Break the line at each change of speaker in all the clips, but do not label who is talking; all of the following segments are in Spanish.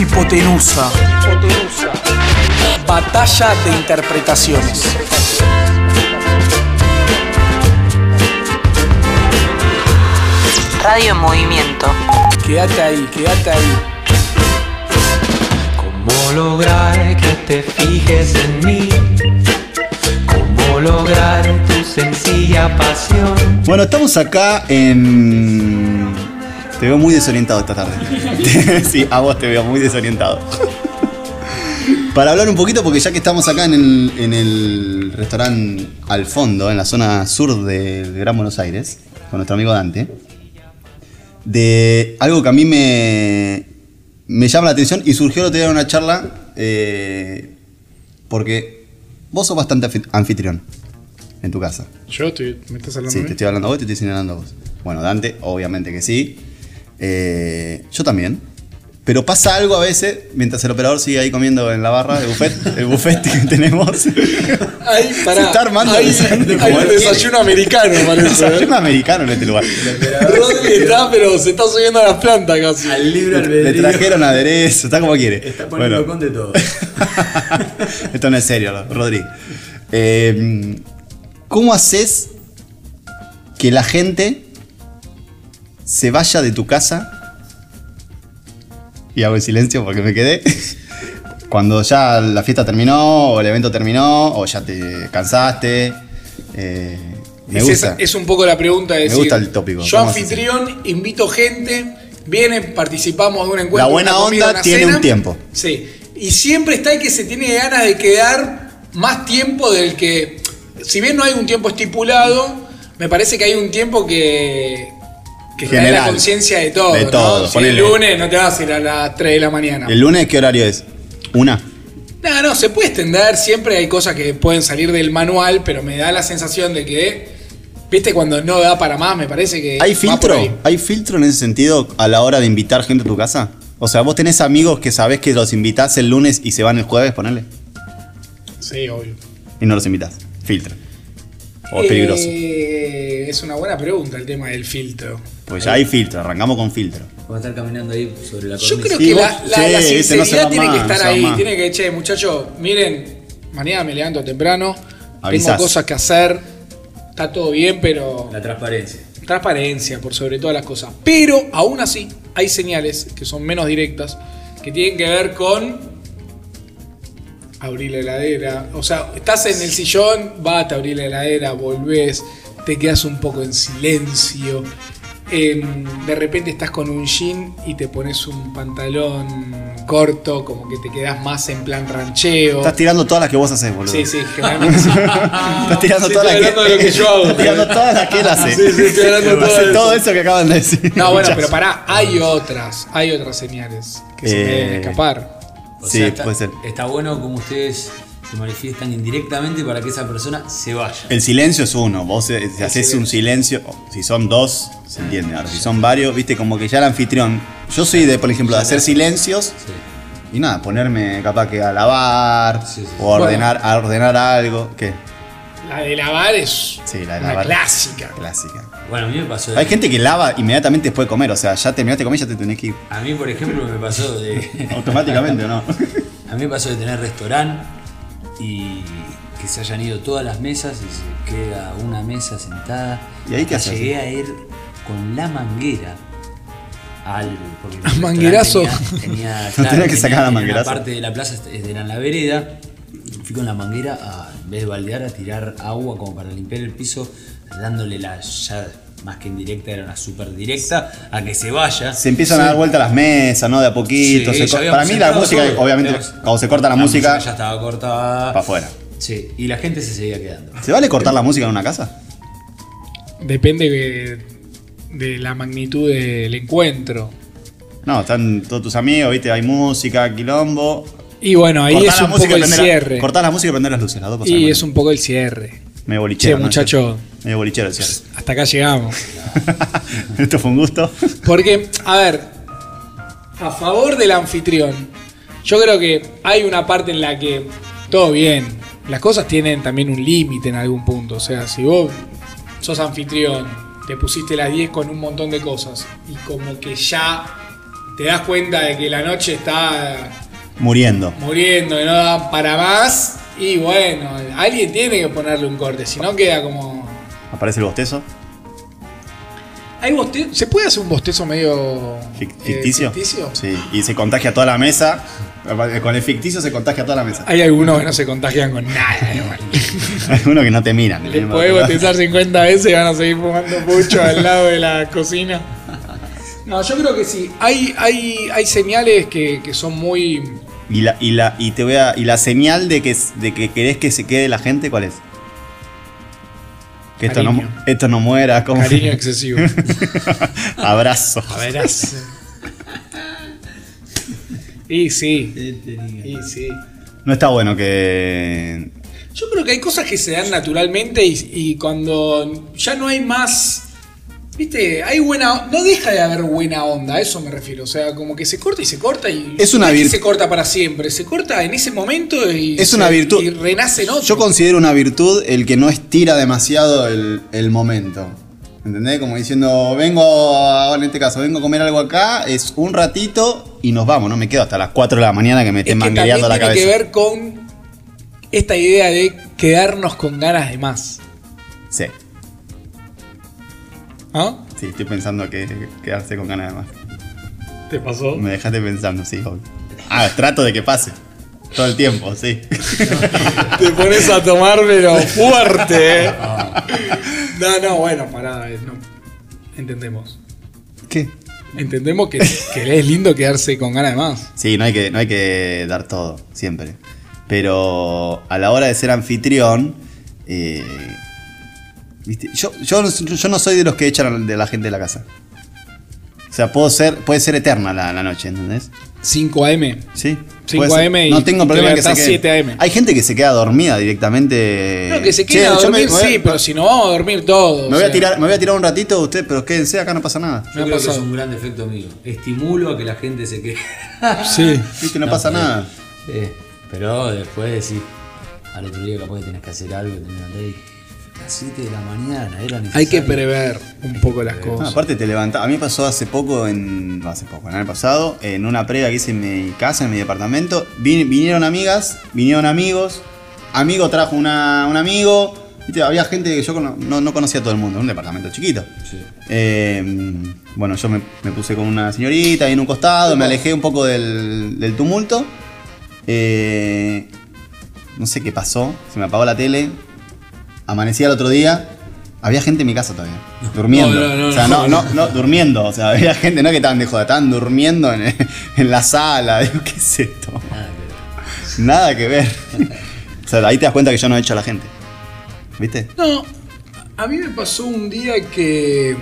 Hipotenusa. Este, Hipotenusa. Batalla de interpretaciones.
Radio en Movimiento.
Quédate ahí, quédate ahí.
¿Cómo lograr que te fijes en mí? ¿Cómo lograr tu sencilla pasión?
Bueno, estamos acá en. Te veo muy desorientado esta tarde. sí, a vos te veo muy desorientado. Para hablar un poquito, porque ya que estamos acá en el, en el restaurante al fondo, en la zona sur del Gran Buenos Aires, con nuestro amigo Dante, de algo que a mí me, me llama la atención y surgió el otro día en una charla, eh, porque vos sos bastante anfi- anfitrión en tu casa.
Yo estoy, me estás hablando
Sí,
a
te
mí?
estoy hablando a vos y te estoy señalando a vos. Bueno, Dante, obviamente que sí. Eh, yo también. Pero pasa algo a veces, mientras el operador sigue ahí comiendo en la barra, el buffet, el buffet que tenemos.
Ahí,
pará. Se está armando Ahí- bastante hay como un él quiere. desayuno ¿eh?
americano,
Desayuno americano en este lugar.
Rodri está, pero se está subiendo a las plantas casi.
Al
Le
libre albedrío.
trajeron aderezo, está como quiere.
Está poniendo
Bueno.
con de todo.
Esto no es serio, Rodri. Eh, ¿Cómo haces que la gente se vaya de tu casa? Y hago el silencio porque me quedé. Cuando ya la fiesta terminó, o el evento terminó, o ya te cansaste. Eh, me
es,
gusta.
esa- es un poco la pregunta de
Me
decir.
gusta el tópico.
Yo
Vamos a
anfitrión, invito gente, vienen, participamos de un encuentro.
La buena
una comida,
onda
una
tiene
cena.
un tiempo.
Sí. Y siempre está el que se tiene ganas de quedar más tiempo del que. Si bien no hay un tiempo estipulado, me parece que hay un tiempo que. Que está en la
General.
conciencia de todo.
De
¿no?
todo,
Si el
ponele.
lunes no te vas a ir a las 3 de la mañana.
¿El lunes qué horario es? Una.
No, no, se puede extender, siempre hay cosas que pueden salir del manual, pero me da la sensación de que, viste, cuando no da para más, me parece que...
¿Hay
va por ahí.
filtro? ¿Hay filtro en ese sentido a la hora de invitar gente a tu casa? O sea, vos tenés amigos que sabés que los invitás el lunes y se van el jueves, ponele.
Sí, obvio.
Y no los invitás. Filtro. O es Oh, peligroso.
Eh, es una buena pregunta el tema del filtro.
Pues ya hay filtro, arrancamos con filtro.
Vamos a estar caminando ahí sobre la cornisa.
Yo creo
Sí,
que
vos-
la, la-
sí,
la
viste, no se
sinceridad
va
tiene
más,
que
no
estar
se va
ahí,
más.
tiene que, che, muchachos, miren, mañana me levanto temprano,
Avisás.
tengo cosas que hacer, está todo bien, pero...
La transparencia.
transparencia por sobre todas las cosas. Pero aún así hay señales que son menos directas, que tienen que ver con abrir la heladera. O sea, estás en el sillón, vas, te abrir la heladera, volvés, te quedas un poco en silencio. em, de repente estás con un jean y te pones un pantalón corto, como que te quedas más en plan rancheo.
Estás tirando todas las que vos haces, boludo.
Sí, sí, generalmente sí.
Estás tirando
Sí,
todas
estoy
las que.
hablando de lo que yo hago.
Estás tirando todas las que él hace.
Sí, sí, estoy hablando de todo
Hace
eso.
todo eso que acaban de decir.
No, bueno,
muchachos.
pero pará, hay otras, hay otras señales que se
Eh.
pueden escapar.
O
Sí,
sea, está,
puede ser.
Está bueno como ustedes se manifiestan indirectamente para que esa persona se vaya.
El silencio es uno. Vos eh, si haces un silencio, o si son dos, se entiende. Ahora, si son varios, viste, como que ya el anfitrión. Yo soy de, por ejemplo, de hacer silencios
Sí.
y nada, ponerme capaz que a lavar
Sí, sí.
o a ordenar, a ordenar algo. ¿Qué?
La de lavar es
Sí, la de
una
lavar.
clásica.
Clásica.
Bueno, a mí me pasó. de-
Hay gente que lava inmediatamente después de comer, o sea, ya terminaste de comer, ya te tenés que ir.
A mí, por ejemplo, me pasó de.
Automáticamente, ¿o no?
A mí me pasó de tener restaurante y que se hayan ido todas las mesas y se queda una mesa sentada.
¿Y ahí qué
Hasta
haces?
Llegué a ir con la manguera al. porque mi
¿A
restaurante
manguerazo?
Tenía, tenía,
No tenía que sacar la
tenía
manguerazo.
parte de la plaza era en la vereda. Fui con la manguera a, en vez de baldear, a tirar agua como para limpiar el piso, dándole la ya más que indirecta, era una super directa, a que se vaya.
Se empiezan a dar vuelta las mesas, ¿no? De a poquito.
Sí,
se
ya
co-
habíamos
para mí la
sentado
música,
todo.
obviamente,
Habíamos-
cuando se corta la,
ya
música,
estaba cortada.
para afuera.
Sí, y la gente se seguía quedando.
¿Se vale cortar la música en una casa?
Depende de, de la magnitud del encuentro.
No, están todos tus amigos, viste, hay música, quilombo.
Y bueno, ahí
Cortá
es un poco
y
el
prender la-
cierre.
cortá la música y prender las luces, las dos cosas.
Y
hermano.
es un poco el cierre.
Medio bolichero.
Che,
¿no?
muchacho.
Medio bolichero el cierre.
Hasta acá llegamos.
Esto fue un gusto.
Porque, a ver, a favor del anfitrión, yo creo que hay una parte en la que todo bien. Las cosas tienen también un límite en algún punto. O sea, si vos sos anfitrión, te pusiste las 10 con un montón de cosas y como que ya te das cuenta de que la noche está
Muriendo.
muriendo y no da para más. Y bueno, alguien tiene que ponerle un corte, si no queda como.
Aparece el bostezo.
¿Hay boste- ¿Se puede hacer un bostezo medio.
Fic-
eh,
Ficticio.
ficticio?
Sí. Y se contagia toda la mesa. Con el ficticio se contagia toda la mesa.
Hay algunos que no se contagian con nada, igual.
Algunos que no te miran.
Les podés botizar 50 veces y van a seguir fumando mucho al lado de la cocina. No, yo creo que sí. Hay, hay, hay señales que, que son muy.
Y la, y la, y te voy a, y la señal de que, de que querés que se quede la gente, ¿cuál es? Que esto, no, mu-
Cariño.
esto no muera, como
Cariño excesivo.
abrazo.
A verás. Y sí,
Tenía.
y sí.
No está bueno que.
Yo creo que hay cosas que se dan naturalmente y, y cuando ya no hay más. Viste, hay buena. No deja de haber buena onda, a eso me refiero. O sea, como que se corta y se corta y.
Es una
no que
vir-
se corta para siempre, se corta en ese momento y.
Es una
se-
virtud.
Y renace en otro.
Yo considero una virtud el que no estira demasiado el, el momento. ¿Entendés? Como diciendo, vengo, ahora en este caso, vengo a comer algo acá, es un ratito y nos vamos. No me quedo hasta las 4 de la mañana que me
es que
estén
también
manguereando
tiene
la
que
cabeza.
ver con esta idea de quedarnos con ganas de más.
Sí,
¿Ah?
sí, estoy pensando que que quedarse con ganas de más.
¿Te pasó?
Me dejaste pensando, sí, obvio. Ah, trato de que pase. Todo el tiempo, sí.
Te pones a tomar, pero fuerte. ¿eh? No, no, bueno, pará. eh, No. Entendemos.
¿Qué?
Entendemos que, que es lindo quedarse con ganas de más.
Sí, no hay que, no hay que dar todo, siempre. Pero a la hora de ser anfitrión, eh, ¿viste? Yo, yo, no- yo no soy de los que echan de la gente de la casa. O sea, puedo ser, puede ser eterna la, la noche, ¿entendés?
5 AM.
Sí.
5
puede ser.
AM y
No tengo
te
problema en que se
levantás
quede.
7 AM.
Hay gente que se queda dormida directamente.
No, que se
Che,
quede a
yo me-
dormir,
me voy a-
sí, pero si no vamos a dormir todos. o
Me voy, a
sea,
tirar, me voy a tirar un ratito usted, pero quédense, acá no pasa nada.
Me
Yo
ha
creo que es
pasado.
un gran defecto mío. Estimulo a que la gente se quede.
Sí.
Viste, no,
eh,
pasa
pero-
nada.
Sí, pero después decís, al otro día capaz que tenés que hacer algo, tenés que andar y- a las 7 de la mañana, era necesario.
Hay que prever un poco las
No,
cosas.
Ah, aparte te levantás. A mí me pasó hace poco, en, no, hace poco, en el año pasado, en una previa que hice en mi casa, en mi departamento. vin- vinieron amigas, vinieron amigos. Amigo trajo una, un amigo. Viste, había gente que yo cono- no, no conocía a todo el mundo, en un departamento chiquito.
Sí.
Eh, bueno, yo me, me puse con una señorita ahí en un costado, me alejé un poco del, del tumulto. Eh, no sé qué pasó, se me apagó la tele. Amanecía el otro día, había gente en mi casa todavía, durmiendo.
No, no, no,
o sea,
no,
no, no, no, durmiendo. O sea, había gente, no que estaban de joda, estaban durmiendo en, en la sala. Digo, ¿qué es esto?
Nada que ver.
Nada que ver. O sea, ahí te das cuenta que yo no he hecho a la gente. ¿Viste?
No, a mí me pasó un día que.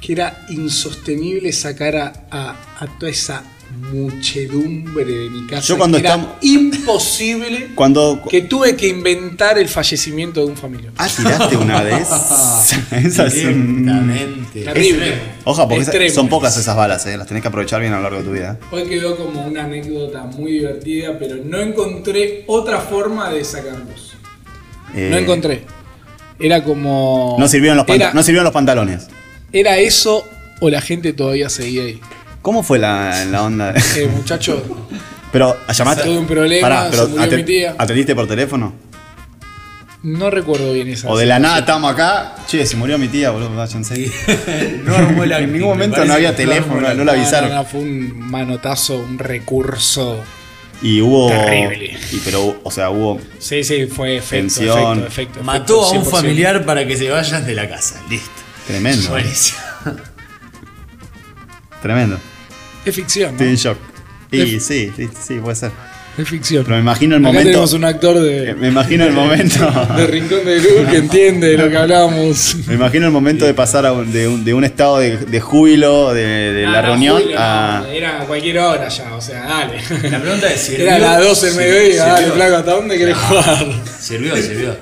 que era insostenible sacar a, a- a toda esa muchedumbre de mi casa.
Yo cuando
que era
estamos-
imposible
Cuando.
que tuve que inventar el fallecimiento de un familiar.
Ah, tiraste una vez. Esa es un...
Directamente.
Terrible.
Oja, porque esas-
Extremo.
son pocas esas balas, eh. las tenés que aprovechar bien a lo largo de tu vida.
Hoy quedó como una anécdota muy divertida, pero no encontré otra forma de sacarlos.
Eh,
No encontré. Era como.
No sirvieron, los panta-
era,
no sirvieron los pantalones.
era eso o la gente todavía seguía ahí.
¿Cómo fue la, la onda? de-
Eh, muchachos,
pero llamaste.
Tuve un problema, se murió mi tía.
¿Atendiste por teléfono?
no recuerdo bien esa.
O de la nada estamos acá. Che, se murió mi tía, boludo, váyanse.
No armó el
En
acting,
ningún
me
momento
parece
no había
que armó el
teléfono,
acting.
no la
No,
avisaron.
no, no, fue un manotazo, un recurso.
Y hubo.
Terrible.
Y pero, o sea, hubo.
Sí, sí, fue efecto,
Tensión.
efecto, efecto.
Mató a
efecto,
un
100%.
familiar para que se vayan de la casa. Listo.
Tremendo.
Buenísimo.
Tremendo.
Es ficción, ¿no?
Estoy en shock. Y sí, sí, sí, puede ser.
Es ficción.
Pero me imagino el
Acá
momento.
tenemos un actor
Eh,
de,
Me imagino el momento.
de Rincón de Luz que entiende de lo que hablábamos.
Me imagino el momento de pasar a un- de, un, de un estado de, de júbilo de, de la
Ah, no,
reunión
Julio,
a.
no, Era a cualquier hora ya, o sea, dale.
La pregunta es: ¿sirvió?
Era a las 12 del
Sí,
mediodía, dale,
sirvió.
flaco, ¿hasta dónde querés jugar?
Sirvió, sirvió.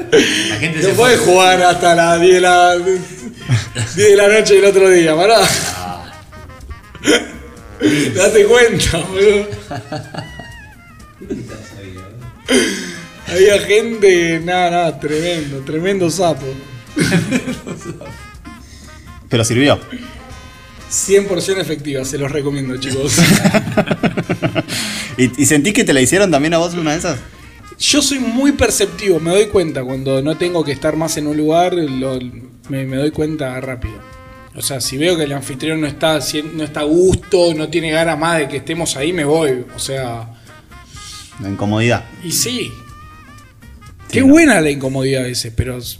La gente
No
se
podés
fue.
jugar hasta las 10 de la, 10 de la noche del otro día, pará.
Ah.
Date cuenta, boludo. Había gente, nada, nada, tremendo, tremendo sapo.
Pero sirvió.
100% efectiva, se los recomiendo, chicos.
¿Y, y sentís que te la hicieron también a vos una de esas?
Yo soy muy perceptivo, me doy cuenta cuando no tengo que estar más en un lugar, lo- me, me doy cuenta rápido. O sea, si veo que el anfitrión no está, haci- no está a gusto, no tiene ganas más de que estemos ahí, me voy. O sea,
La incomodidad.
y sí. Qué buena la incomodidad a veces, pero es-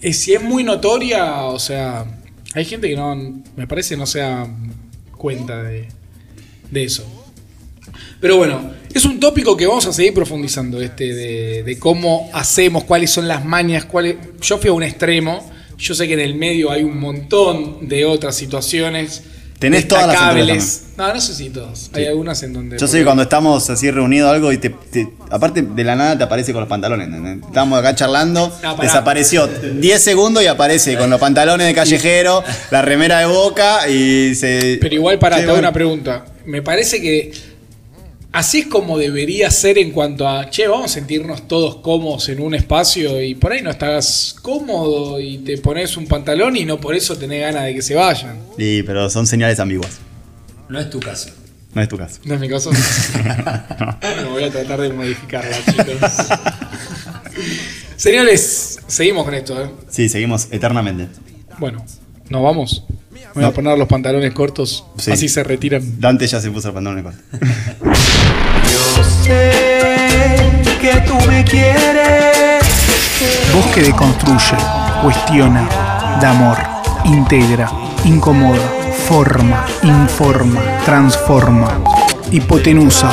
es- si es muy notoria, o sea, hay gente que no, me parece, no se da cuenta de, de eso. Pero bueno, es un tópico que vamos a seguir profundizando, este, de, de cómo hacemos, cuáles son las mañas, cuáles. Yo fui a un extremo, yo sé que en el medio hay un montón de otras situaciones.
Tenés todas las entradas
destacables. No, no sé si todas. Hay algunas en donde.
Yo sé que cuando estamos así reunidos o algo y te, te- Aparte, de la nada te aparece con los pantalones. ¿entendés? Estábamos acá charlando,
No, pará.
desapareció 10 segundos y aparece con los pantalones de callejero, la remera de boca y se.
Pero igual para
Sí,
toda
bueno.
una pregunta. Me parece que así es como debería ser en cuanto a, che, vamos a sentirnos todos cómodos en un espacio y por ahí no estás cómodo y te pones un pantalón y no por eso tenés ganas de que se vayan.
Sí, pero son señales ambiguas.
No es tu caso.
No es tu caso.
No es mi caso. bueno, voy a tratar de modificarla, chicos. Señores, seguimos con esto, ¿eh?
Sí, seguimos eternamente.
Bueno, nos vamos. Voy a
No.
poner los pantalones cortos,
Sí.
así se retiran.
Dante ya se puso el pantalón de corto.
Yo sé que tú me quieres.
Voz que deconstruye, cuestiona, da amor, integra, incomoda, forma, informa, transforma. Hipotenusa.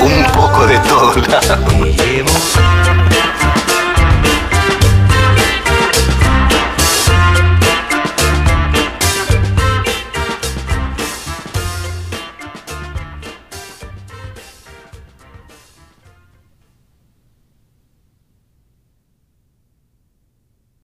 un poco de todo lado.
Llevo